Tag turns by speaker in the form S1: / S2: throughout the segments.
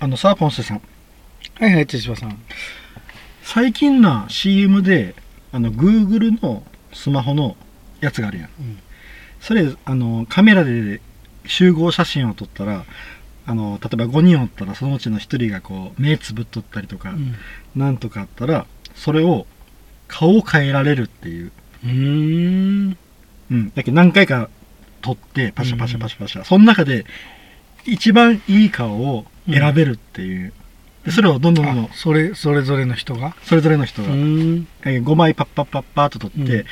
S1: あのさあ、ポンスさん。はいはい、手島さん。最近な CM で、あの、Google のスマホのやつがあるやん。
S2: うん
S1: それ、あの、カメラで集合写真を撮ったら、あの、例えば5人おったら、そのうちの1人がこう、目つぶっとったりとか、なんとかあったら、それを、顔を変えられるっていう。
S2: うん
S1: うん。だけど何回か撮って、パシャパシャパシャパシャ。その中で、一番いい顔を選べるっていう。でそれをどんどんどんどん
S2: あ、それそれぞれの人が
S1: それぞれの人が、
S2: ん
S1: えー5枚パッパッパッパーと撮って、
S2: うん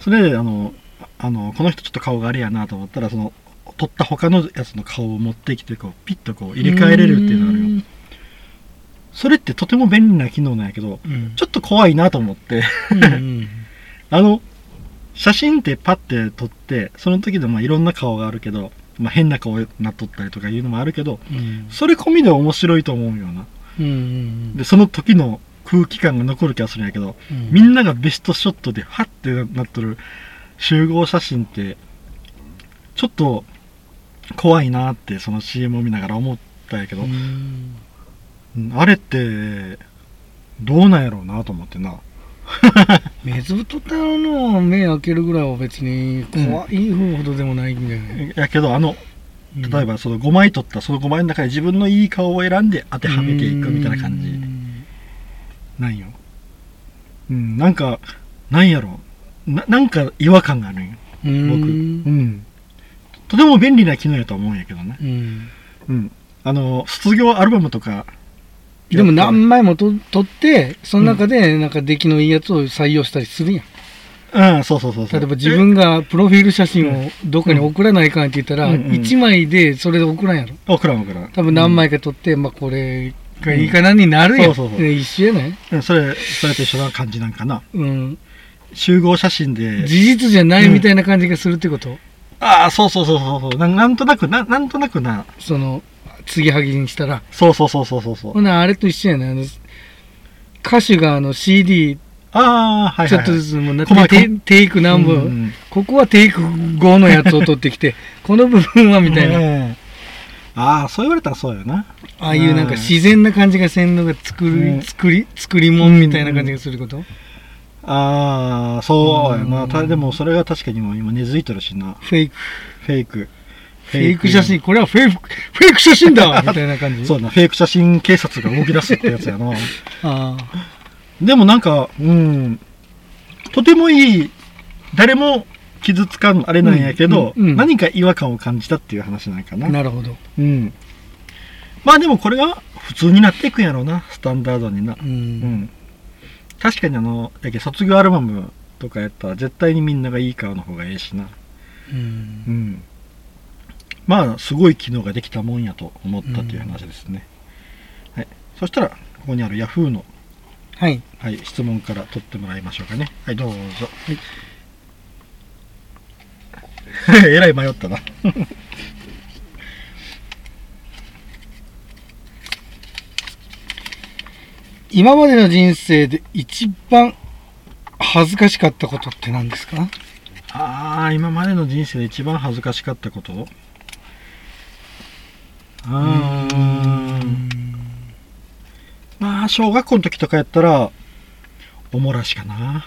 S1: それであのあのこの人ちょっと顔があれやなと思ったらその撮った他のやつの顔を持ってきてこうピッとこう入れ替えれるっていうのがあるよそれってとても便利な機能なんやけど
S2: うん
S1: ちょっと怖いなと思って
S2: うん
S1: あの写真ってパッて撮ってその時でまあいろんな顔があるけど、まあ、変な顔になっとったりとかいうのもあるけど
S2: うん
S1: それ込みで面白いと思うよな
S2: うん
S1: でその時の空気感が残る気がするんやけど
S2: うん
S1: みんながベストショットでハッてなっとる集合写真ってちょっと怖いなってその CM を見ながら思ったんやけど、
S2: うん
S1: うんあれってどうなんやろうなと思ってな
S2: 目つぶっとったの目開けるぐらいは別に怖いほどでもないんだよね
S1: やけどあの
S2: うん
S1: 例えばその5枚撮ったその5枚の中で自分のいい顔を選んで当てはめていくみたいな感じなんようんなんかなんやろななんか違和感があるんよ
S2: う
S1: 僕
S2: ん
S1: うんとても便利な機能やと思うんやけどね
S2: うん
S1: うん、あの卒業アルバムとか
S2: でも
S1: な
S2: 何枚もと取ってその中でなんか出来のいいやつを採用したりするやん
S1: うんそうそうそうそ
S2: 例
S1: う
S2: えば自分がプロフィール写真をどっかに送らないかんって言ったら
S1: うんうん
S2: 1枚でそれで送らんやろ
S1: えオクラオクラ
S2: 多分何枚か取って、まあこれがいいかなになるやん、
S1: うんそうそうそう
S2: ね一緒やない、
S1: うんそれそれと一緒な感じなんかな
S2: うん、
S1: 集合写真で
S2: 事実じゃないみたいな感じがするってこと、
S1: ああそうそうそうそうそうななんとなくななんとなくな
S2: その継ぎはぎにしたら
S1: そうそうそうそうそうそう
S2: ほなあれと一緒やないあの歌手があの CD
S1: ああはいはい、
S2: ちょ
S1: は
S2: っ
S1: い、
S2: とずつもうな
S1: 細かい
S2: テイテイク何本、
S1: うんうん
S2: ここはテイク5のやつを取ってき てこの部分はみたいな、
S1: ねえああそう言われたらそうよな
S2: ああいうなんか自然な感じがせんのが作り、
S1: うん
S2: 作り作り物みたいな感じがすること、
S1: ああそうやな、
S2: うん
S1: たでもそれが確かにもう今根付いてるしな
S2: フェイク
S1: フェイク
S2: フェイク写真、これはフェイク、フェイク写真 だみたいな感じ。
S1: そうやなフェイク写真警察が動き出すってやつやな
S2: ああ
S1: でもなんか、うん、とてもいい、誰も傷つかんあれなんやけど、
S2: うんうんうん
S1: 何か違和感を感じたっていう話なんかな。
S2: なるほど。
S1: うん。まあでもこれが普通になっていくんやろうな、スタンダードにな
S2: う。
S1: うん。
S2: ん。
S1: 確かにあの、やけ卒業アルバムとかやったら絶対にみんながいい顔の方がええしな。
S2: うん
S1: うん。まあ、すごい機能ができたもんやと思ったという話ですね。はい。そしたら、ここにある Yahoo の
S2: はい。
S1: はい、質問から取ってもらいましょうかね。はい、どうぞ。はい。 えらい迷ったな。
S2: 今までの人生で一番恥ずかしかったことって何ですか
S1: ああ、今までの人生で一番恥ずかしかったことあーまあ、小学校の時とかやったら、おもらしかな。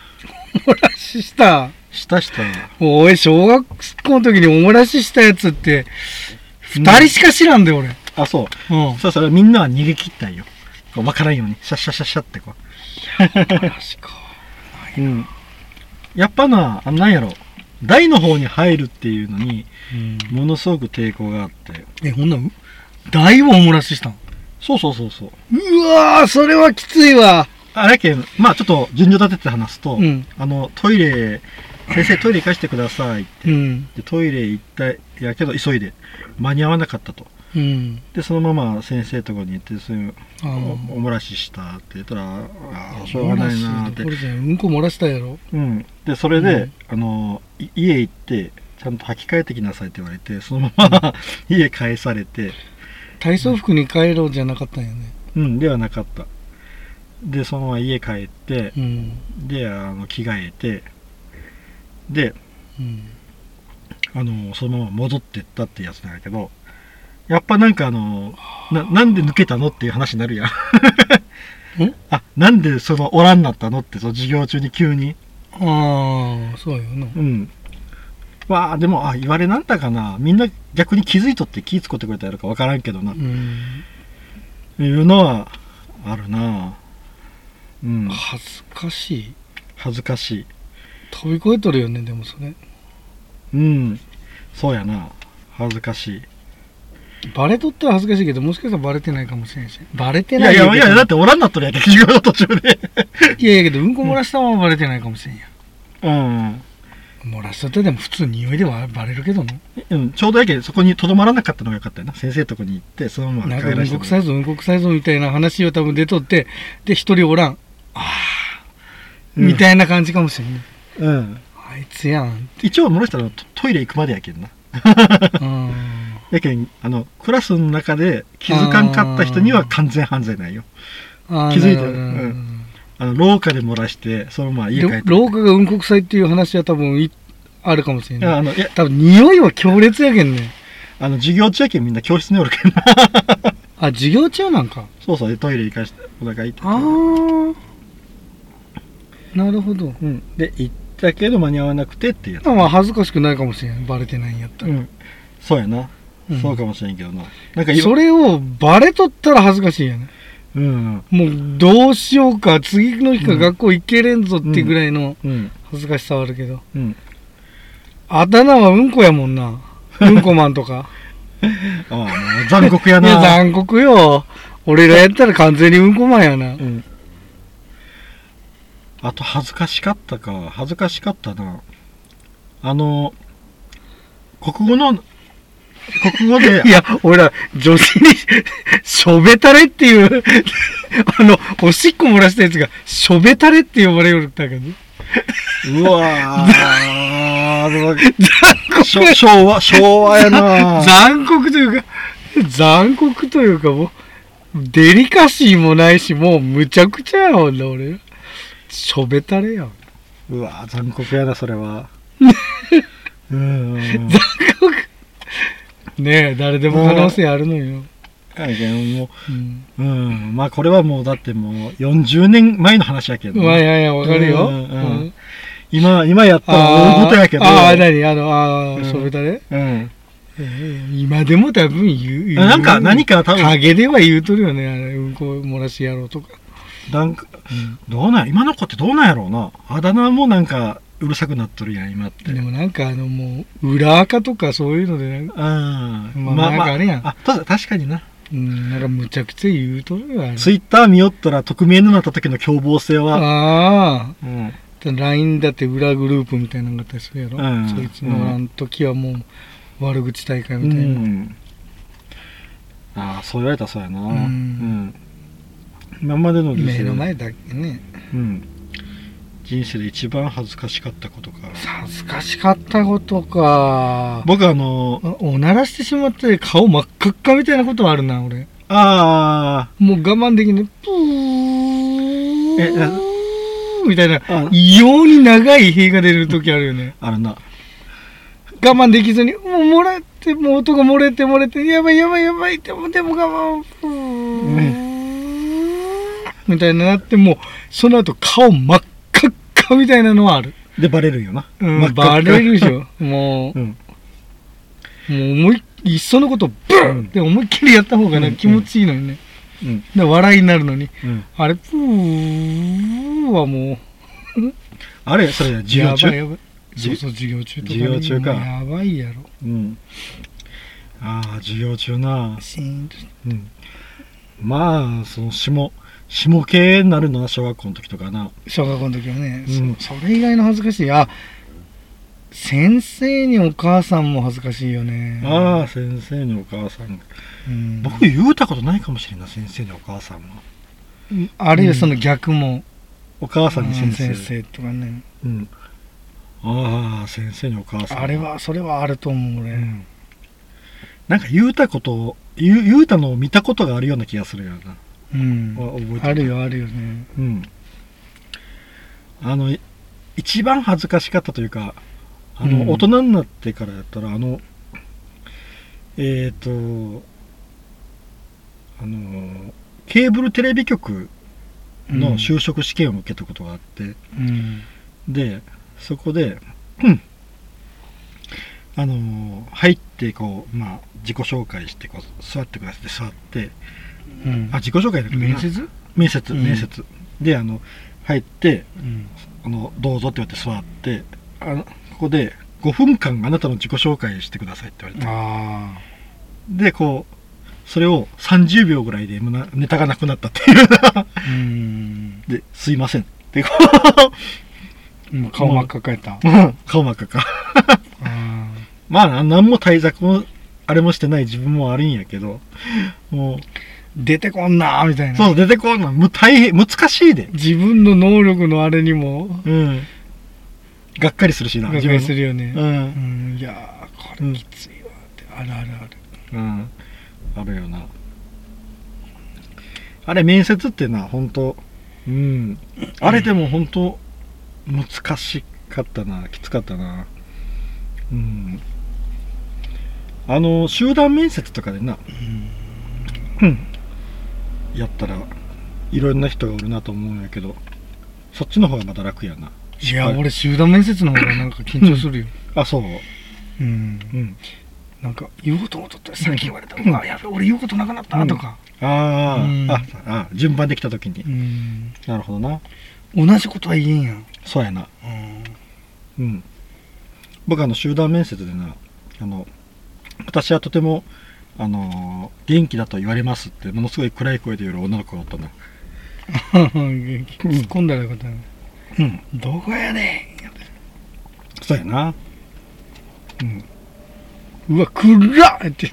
S2: おもらしした。
S1: したした。
S2: おい、小学校の時におもらししたやつって、二人しか知らんで、俺。うん。
S1: あ、そう。そうそう、みんなは逃げ切ったんよ。こうわからんように、シャッシャッシャッシャッってこう。
S2: か。
S1: うん、やっぱな、あなんやろ、台の方に入るっていうのに、
S2: うん。
S1: ものすごく抵抗があって。
S2: え、ほんなん、大をおもらししたん
S1: そうそうそうそう。
S2: うわー、それはきついわ。
S1: あれやけん、まあちょっと順序立てて話すと、
S2: うん
S1: あの、トイレ、先生トイレ行かしてくださいって。
S2: うん。
S1: でトイレ行ったやけど急いで間に合わなかったと
S2: うん。
S1: でそのまま先生とこに行ってそういう
S2: あー
S1: おおもらししたって言ったらああしょうがないなーって
S2: 漏らしてるところじゃんうんこ漏らしたやろ。
S1: うん、でそれで、
S2: うん
S1: あのい家行ってちゃんと履き替えてきなさいって言われてそのまま家返されて、
S2: 体操服に帰ろうじゃなかったんよね。
S1: うん、ではなかったでそのまま家帰って
S2: うん。
S1: であの着替えてで
S2: うん。
S1: あのそのまま戻ってったってやつなんやけどやっぱなんかあのななんで抜けたのっていう話になるやん
S2: ん
S1: あなんでそのおらんなったのってその授業中に急に
S2: ああそうよな
S1: うんまあでもあ言われなんだかなみんな逆に気づいとって気ぃ使ってくれたやろか分からんけどな、
S2: うん
S1: いうのはあるなうん
S2: 恥ずかしい
S1: 恥ずかしい
S2: 飛び越えとるよねでもそれ
S1: うんそうやな恥ずかしい
S2: バレとったら恥ずかしいけどもしかしたらバレてないかもしれんしバレて
S1: い
S2: な
S1: や
S2: い
S1: いやいやだってておらんなっとるやんけ授業の途中で
S2: いやいやけどうんこ漏らしたままバレてないかもしれんや
S1: うん
S2: 漏らしとったらでも普通匂いではバレるけどな
S1: うん、ちょうどやけんそこにとどまらなかったのがよかったよな先生とこに行ってそのまま
S2: なんか
S1: 帰ら
S2: うん
S1: せても
S2: こく
S1: ら
S2: さ
S1: う
S2: いぞうんこくさいぞみたいな話を多分出とってで一人おらん
S1: うん
S2: みたいな感じかもしれんね
S1: うん
S2: あいつや ん
S1: 一応漏らしたのはトトイレ行くまでやけんな
S2: うん
S1: やけんあのクラスの中で気づかんかった人には完全犯罪ないよ
S2: あー
S1: 気づいたよ
S2: なるほどなるほど
S1: うあの廊下で漏らしてそのまま家帰って
S2: 廊下がうんこ臭いっていう話は多分いあるかもしれ
S1: いや
S2: ない
S1: あのいや
S2: 多分匂いは強烈やけんね
S1: あの授業中やけんみんな教室におるけんな
S2: あ授業中なんか
S1: そうそうでトイレ行かしてお腹痛いて
S2: ああなるほど
S1: うん、で行ったけど間に合わなくてっていうやつ、
S2: まあ恥ずかしくないかもしれないバレてないんやったら、
S1: ん、そうやな、
S2: うん
S1: そうかもしれんけどななんかいろ
S2: それをバレとったら恥ずかしいやね
S1: うん
S2: もうどうしようか次の日か
S1: うん
S2: 学校行けれんぞってぐらいの
S1: うん
S2: 恥ずかしさはあるけど、
S1: うん
S2: あだ名はうんこやもん なうんこマンとか
S1: ああもう残酷や
S2: いや
S1: な
S2: 残酷よ俺らやったら完全にうんこマンやな
S1: うんあと恥ずかしかったか恥ずかしかったなあの国語の国語で
S2: いや、俺ら、女子に、 しょべたれっていう、 あの、おしっこ漏らしたやつが、しょべたれって呼ばれよるんだけど。
S1: うわー
S2: 残
S1: しょ昭和昭和やな
S2: 酷 残酷というか、残酷というか、もう、デリカシーもないし、もう、むちゃくちゃやもんな、俺ら。しょべたれやん。
S1: うわー残酷やなそれはうーん
S2: ねえ、誰でも可能性あるのよ。
S1: やけんも
S2: うん。
S1: ううんまあこれはもうだってもう40年前の話やけど、
S2: まあ、いやいや、わかるよ。
S1: うんうんうん今今やったら大
S2: あ
S1: 事やけど
S2: ーあー、なに、あの、あ
S1: う
S2: あ、
S1: ん
S2: しょべたれ
S1: うん
S2: ええ今でも多分言う言う
S1: なんか何か多分
S2: 影では言うとるよねあれうんこ漏らしやろうとか
S1: なんかどうなん今の子ってどうなんやろうなあだ名もなんかうるさくなっとるやん今って
S2: でもなんかあのもう裏垢とかそういうのでなんか,、
S1: うんまあ
S2: なんかあれやん
S1: あただ確かにな
S2: うん、なんかむちゃくちゃ言うとるよあれ
S1: ツイッター見よったら匿名になった時の凶暴性は
S2: ああ
S1: うん、
S2: だ LINE だって裏グループみたいなのがあったりするやろ、
S1: うん
S2: そいつのあの時はもう悪口大会みたいな、
S1: うんああそう言われたらそうやなうんん今までの人生
S2: 目
S1: で
S2: の前だけね
S1: うん、人生で一番恥ずかしかったことか
S2: 恥ずかしかったことか
S1: 僕あの
S2: あおならしてしまって顔真っ赤っかみたいなことはあるな俺
S1: あ
S2: もう我慢できない。プー
S1: えな
S2: みたいな、
S1: あ
S2: 異様に長い塀が出る時あるよね。
S1: ああれな
S2: 我慢できずに、もう漏れて、もう音が漏れて漏れて、やばいやばいやばい、でもでも我慢、プーみたいななって、もう、その後顔真っ赤っかみたいなのはある。
S1: でバレるんよな、
S2: うん
S1: 真っ赤っか
S2: バレるでしょ。もう、
S1: うん
S2: もう思いっきり、いっそのことブーンって思いっきりやった方が
S1: う
S2: なん気持ちいいのにね。
S1: うん
S2: で笑いになるのに。
S1: うん
S2: あれ、プーはもう、
S1: あれそれ授業中
S2: やばいやばい。そうそう、授業中とかね。
S1: 授業中か
S2: もうやばいやろ。
S1: うんああ授業中な
S2: シーンとして
S1: うんまあその下下系になるのは小学校の時とかな
S2: 小学校の時はね、
S1: うん
S2: そそれ以外の恥ずかしい。あ、先生にお母さんも恥ずかしいよね。
S1: ああ先生のお母さん
S2: うん、
S1: 僕言うたことないかもしれんない先生のお母さんは
S2: あるいはその逆も、
S1: お母さんに先生
S2: うんとかね。
S1: うんああ先生にお母さん
S2: あれは、それはあると思う、俺。
S1: うんなんか言うたことを言う言うたのを見たことがあるような気がするよな
S2: うん。
S1: わ覚えてる
S2: あるよ、あるよね。
S1: うんあのい一番恥ずかしかったというかあの、
S2: うん
S1: 大人になってからやったらあのえっ、とあのーケーブルテレビ局の就職試験を受けたことがあって、
S2: うん
S1: でそこで、うんあのー入ってこう、まあ、自己紹介してこう座ってくださいって座って
S2: うん
S1: あ自己紹介だけど
S2: 面接
S1: 面接
S2: うん
S1: 面接、であの入って
S2: うん
S1: あのどうぞって言われて座ってあのここで5分間あなたの自己紹介してくださいって言われて
S2: あ
S1: でこうそれを30秒ぐらいでむなネタがなくなった っていう
S2: あうん
S1: で「すいません」でこ
S2: もう顔真っ赤かえた
S1: ううん 顔真っ赤か
S2: あ
S1: まあな何も対策もあれもしてない自分も悪いんやけども
S2: ー出てこんなーみたいうな
S1: そう出てこんのむ大変難しいで
S2: 自分の能力のあれにも
S1: うんがっかりするしな
S2: 理解するよね
S1: 自分のうん
S2: うんいやーこれきついわってあるあるある
S1: うん、あるよなあれ面接ってな本当うんあれでも本当難しかったなきつかったなうんあの集団面接とかでな、うん、やったらいろんな人がおるなと思うんやけどそっちの方がまだ楽やないは
S2: や
S1: い
S2: 俺集団面接の方がなんか緊張するよ
S1: あそう
S2: うん
S1: うん
S2: なんか言おうと思っとったらさっき言われたうわやべ俺言うことなくなったとか
S1: あー、
S2: うん
S1: ああ順番できた時に、
S2: うん
S1: なるほどな
S2: 同じことは言えんやん
S1: そうやなう
S2: うん
S1: ん、僕あの集団面接でなあの私はとてもあのー元気だと言われますってものすごい暗い声で言う女の子がおったな、
S2: 突っ込んだらよかったな
S1: うん、
S2: どこやね
S1: そうやな、うん、
S2: んうわ暗っって言って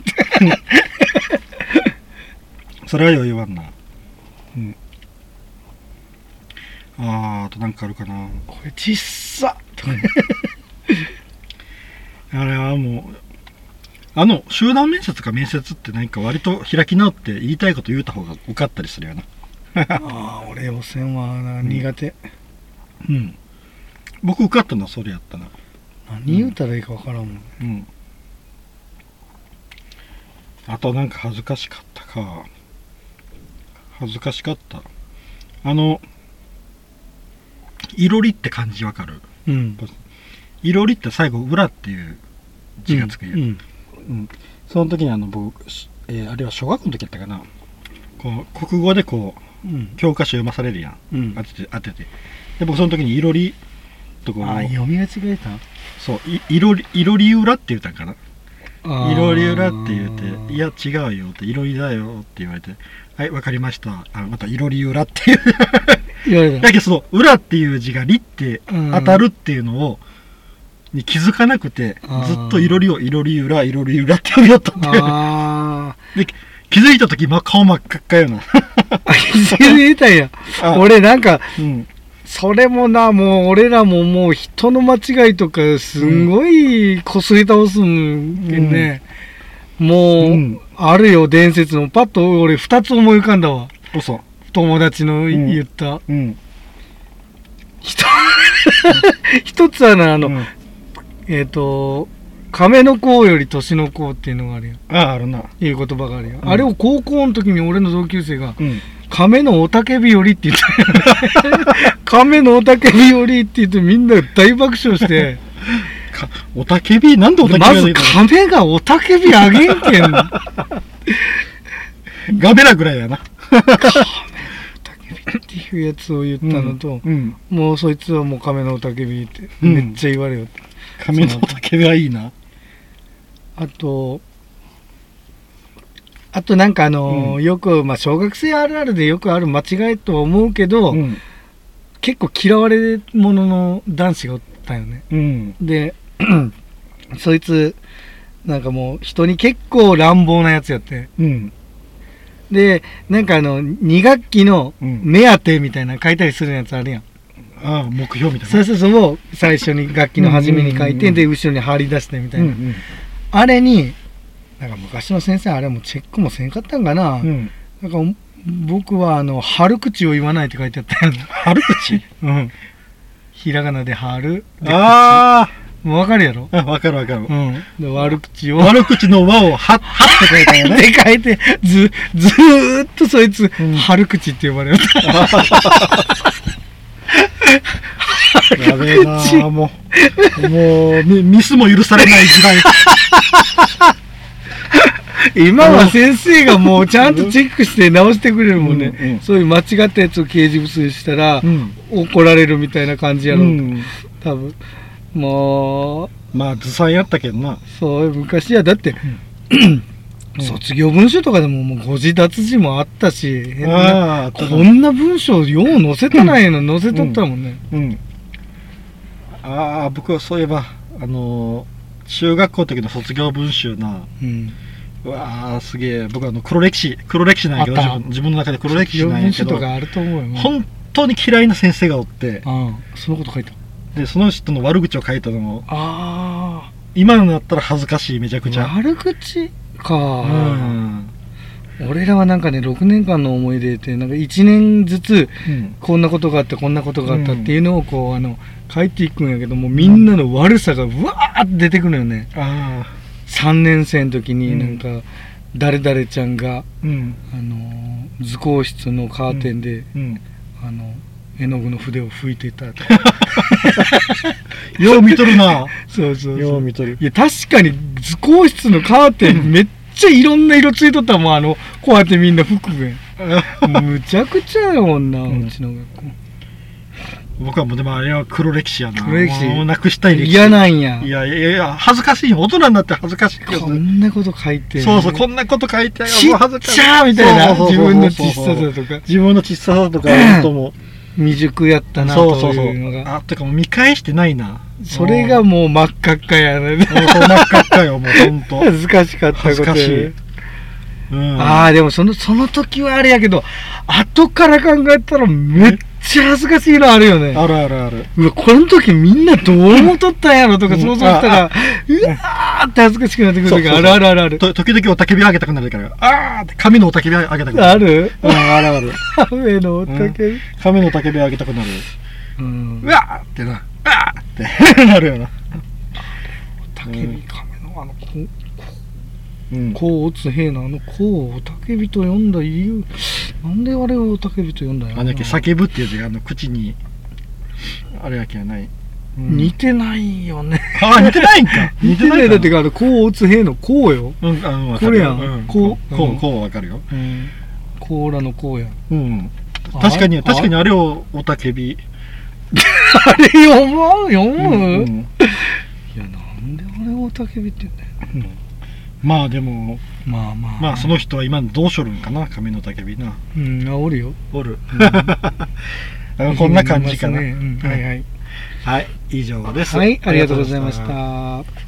S1: それは余裕あんな、うん、あーあとなんかあるかな
S2: これちっさとか
S1: あれはもうあの集団面接とか面接って何か割と開き直って言いたいこと言うた方が受かったりするよな
S2: ああ俺予選はな苦手
S1: うん僕受かったのはそれやったな
S2: 何言うたらいいか分からんもん
S1: うん。あとなんか恥ずかしかったか。恥ずかしかった。あの、いろりって漢字わかる
S2: うん
S1: いろりって最後、裏っていう字がつくやん。
S2: うん
S1: その時にあの、僕、しえーあれは小学校の時やったかな。こう、国語でこう、
S2: うん
S1: 教科書読まされるやん。
S2: うん
S1: 当てて、当てて。で、僕その時にいろりとこう、
S2: あー読み間違えた
S1: そう、いいろり、いろり裏って言ったんかな。いろり裏って言
S2: あ
S1: う
S2: ー
S1: て、いや違うよって、いろりだよって言われて、はい、わかりました。あまたいろり裏っていう。
S2: 言われた
S1: だけどその裏っていう字がりって
S2: うん
S1: 当たるっていうのを、に気づかなくて
S2: あ、ー
S1: ずっといろりをいろり裏、いろり裏って呼びよったっていう。
S2: あ
S1: で気づいた時、ま、顔真っ赤っかよな。
S2: あ気づいたんや
S1: あ
S2: 俺なんか
S1: うん。
S2: それもなもう俺らももう人の間違いとかすんごいこすり倒すんけんね、もう、
S1: うん
S2: あるよ伝説のパッと俺2つ思い浮かんだわ
S1: 嘘。
S2: 友達の
S1: ん
S2: 言った、
S1: うん。
S2: 一 一つはなあ
S1: あ
S2: の、
S1: うん、
S2: えっ、と亀の子より年の子っていうのがあるよ
S1: あ、あるな。
S2: いう言葉があるよ、
S1: うん
S2: あれを高校の時に俺の同級生が
S1: うん。
S2: 亀の雄たけびよりって言ったよ亀の雄たけびよりって言ってみんな大爆笑して
S1: か、おたけびなんでおたけび
S2: ま
S1: が
S2: ず
S1: 出てくる
S2: 亀が雄たけびあげんけん雄た
S1: ガベラぐらいやな。
S2: けびっていうやつを言ったのと、
S1: うん。
S2: もうそいつはもう亀の雄たけびって
S1: うん
S2: めっちゃ言われよって、
S1: 髪のおたけびはいいな。
S2: あとあとなんかあのー
S1: うん
S2: よく、まあ、小学生あるあるでよくある間違いとは思うけど、
S1: うん。
S2: 結構嫌われ者の男子がおったよね
S1: うん。
S2: で そいつなんかもう人に結構乱暴なやつやって
S1: うん。
S2: でなんかあの2学期の
S1: うん
S2: 目当てみたいなの書いたりするやつあるやん、
S1: ああ、目標みたいな。
S2: そうそうそうもう最初に楽器の初めに書いて、
S1: うん
S2: で後ろに貼り出してみたいな、
S1: うん
S2: あれになんか昔の先生あれはもうチェックもせんかったんかな、
S1: うんうん、
S2: なんか僕はあの「春口を言わない」って書いてあったよね
S1: 春口
S2: うんひらがなで「春」で口
S1: ああ
S2: わかるやろ
S1: あわかるわかる、
S2: うん。で悪口を。
S1: 悪口の輪をはっはってくれたよね
S2: でかいて、ず、ずーっとそいつ、
S1: うん
S2: 春口って呼ばれる。
S1: やべえなあもうもうミミスも許されない時代
S2: 今は先生がもうちゃんとチェックして直してくれるもんね。
S1: うんうん
S2: そういう間違ったやつを掲示物にしたら、
S1: うん、
S2: 怒られるみたいな感じや
S1: う
S2: ろ。
S1: ん、
S2: 多分。もう、
S1: まあずさんやったけどな
S2: そう、昔はだって、
S1: うん
S2: 卒業文集とかでももう誤字脱字もあったし、変な
S1: あああったな
S2: こんな文章よう載せたないの載せとったもんね。
S1: うんああ僕はそういえばあのー中学校の時の卒業文集な
S2: うん
S1: うわあすげえ僕あの黒歴史黒歴史なんやけど
S2: あった
S1: 自分自分の中で黒歴史
S2: 卒業
S1: なんや
S2: 文
S1: け
S2: 集
S1: ど
S2: とかあると思うよ。もう
S1: 本当に嫌いな先生がおって
S2: ああ、そのこと書いた。
S1: でその人の悪口を書いたのも
S2: あ
S1: 今になったら恥ずかしいめちゃくち
S2: あ、
S1: ゃ
S2: 悪口
S1: う
S2: か、
S1: ん
S2: 俺らはなんかね、6年間の思い出って、なんか1年ずつ、
S1: うん
S2: こんなことがあった、こんなことがあったっていうのをこう、あの、書いていくんやけども、みんなの悪さがうわーって出てくるのよね。
S1: ああ
S2: 3年生の時
S1: う
S2: に
S1: ん
S2: なんか、誰々ちゃんが、
S1: うん
S2: あのー図工室のカーテンで、
S1: うん
S2: あの絵の具の筆を拭いてた と
S1: よう見とるな
S2: そうそうそう
S1: 見とる
S2: いや確かに図工室のカー テンめっちゃいろんな色ついとったもんあのこうやってみんな服くんむちゃくちゃやもんな、
S1: う
S2: うんちの学校
S1: 僕はもうでもあれは黒歴史やな
S2: 黒歴史
S1: もうなくしたい歴史
S2: 嫌なんや
S1: いやいやいや恥ずかしいよ大人になって恥ずかしいよ
S2: こんなこと書いて
S1: そうそうこんなこと書いて
S2: ちっちゃーみたいな自分の小ささとか
S1: 自分の小ささとか
S2: うん
S1: 本当も
S2: 未熟やったな
S1: そ
S2: と
S1: うそうそう
S2: いうのが
S1: あてかもう見返してないな
S2: それが
S1: も
S2: もう真っ赤っかやね
S1: うそんなっかっかよもう本当
S2: 恥ずかしかったこと
S1: 恥ずかしいうん
S2: ああでもそのその時はあれやけど後から考えたらめっちゃ恥ずかしいのあるよね
S1: あるあるある
S2: うわこの時みんなどう思っとったんやろとか
S1: うん
S2: 想像したらうわーって恥ずかしくなってくる
S1: そう
S2: 時
S1: そうそう
S2: あるあるあるある
S1: と時々おたけびあげたくなるからああって髪のおたけびあげたくな
S2: あ
S1: る
S2: る
S1: うんあるある
S2: 雨のおたけび
S1: 髪のおたけびあげたくなる
S2: うん
S1: うわーってなうわーって なるよな
S2: おたけび亀のあのこ
S1: うん
S2: うこう打つ兵のあのこうをおたけびと呼んだ理由なんであれをおたけびと呼んだんや
S1: あ
S2: ろ
S1: の
S2: な
S1: やけ叫ぶっていう字があの口にあれやけやないうん
S2: 似てないよね
S1: あ あ似てないんか
S2: 似て ないだって
S1: か
S2: あのこう打つ兵のこうよ
S1: うんあうんわかるよ
S2: これやん
S1: うん
S2: こう
S1: こ
S2: う
S1: うんこうわかるよ
S2: うんコーラのコーや
S1: うん確かに
S2: あ
S1: 確かにあれをおたけび
S2: あれ読む読む、
S1: うんう
S2: い
S1: ん
S2: やなんであれをたけびって言うんだよ
S1: まあでも
S2: まあまあ
S1: まあその人は今どうしょるんかな髪のたけびな
S2: うんあおるよ
S1: おる あこんな感じかな
S2: ねうんはいはい
S1: はい以上です
S2: はいありがとうございました